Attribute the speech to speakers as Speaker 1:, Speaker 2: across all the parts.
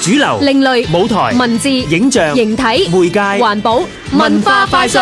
Speaker 1: 主流、
Speaker 2: 另類、
Speaker 1: 舞台、
Speaker 2: 文字、
Speaker 1: 影像、
Speaker 2: 形體、
Speaker 1: 媒介、
Speaker 2: 環保、文化快訊。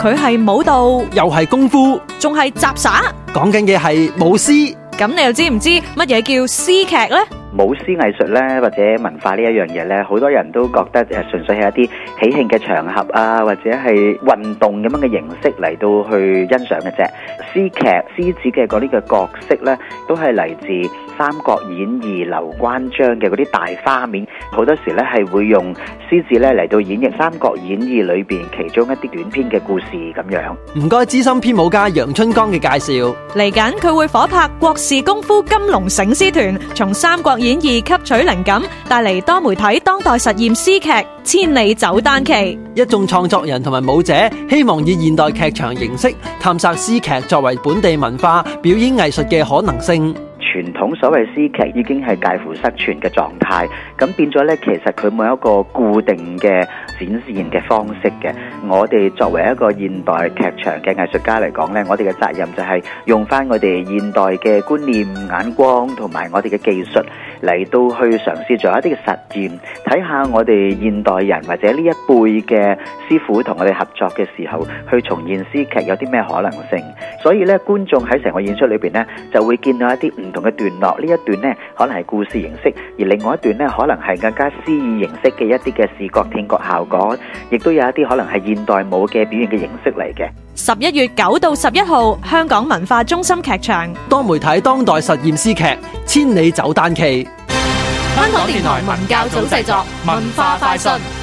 Speaker 3: 佢係舞蹈，
Speaker 1: 又係功夫，
Speaker 3: 仲係雜耍。
Speaker 1: 講緊嘅係舞獅。
Speaker 3: 咁你又知唔知乜嘢叫詩劇呢？
Speaker 4: 舞獅呃藝術咧，或者文化呢一樣嘢咧，好多人都覺得誒純粹係一啲喜慶嘅場合啊，或者係運動咁樣嘅形式嚟到去欣賞嘅啫。詩劇獅子嘅嗰啲嘅角色咧，都係嚟自《三國演義》劉關張嘅嗰啲大花面，好多時咧係會用獅子咧嚟到演繹《三國演義》裏邊其中一啲短篇嘅故事咁樣。
Speaker 1: 唔該，資深編舞家楊春江嘅介紹。
Speaker 3: 嚟緊佢會火拍國士功夫金龍醒獅團，從《三國演義》吸取靈感，帶嚟多媒體當代實驗詩劇《千里走單騎》。
Speaker 1: 一眾創作人同埋舞者希望以現代劇場形式探索詩劇作為本地文化表演藝術嘅可能性。
Speaker 4: 傳統所謂詩劇已經係介乎失傳嘅狀態，咁變咗呢，其實佢冇一個固定嘅展現嘅方式嘅。我哋作為一個現代劇場嘅藝術家嚟講呢，我哋嘅責任就係用翻我哋現代嘅觀念、眼光同埋我哋嘅技術嚟到去嘗試做一啲嘅實驗，睇下我哋現代人或者呢一輩嘅師傅同我哋合作嘅時候，去重現詩劇有啲咩可能性。所以咧，觀眾喺成個演出裏邊咧，就會見到一啲唔同嘅段落。呢一段咧，可能係故事形式，而另外一段咧，可能係更加詩意形式嘅一啲嘅視覺聽覺效果，亦都有一啲可能係現代舞嘅表現嘅形式嚟嘅。
Speaker 3: 十一月九到十一號，香港文化中心劇場。
Speaker 1: 多媒體當代實驗詩劇《千里走單騎》。
Speaker 2: 香港電台文教組製作，文化快訊。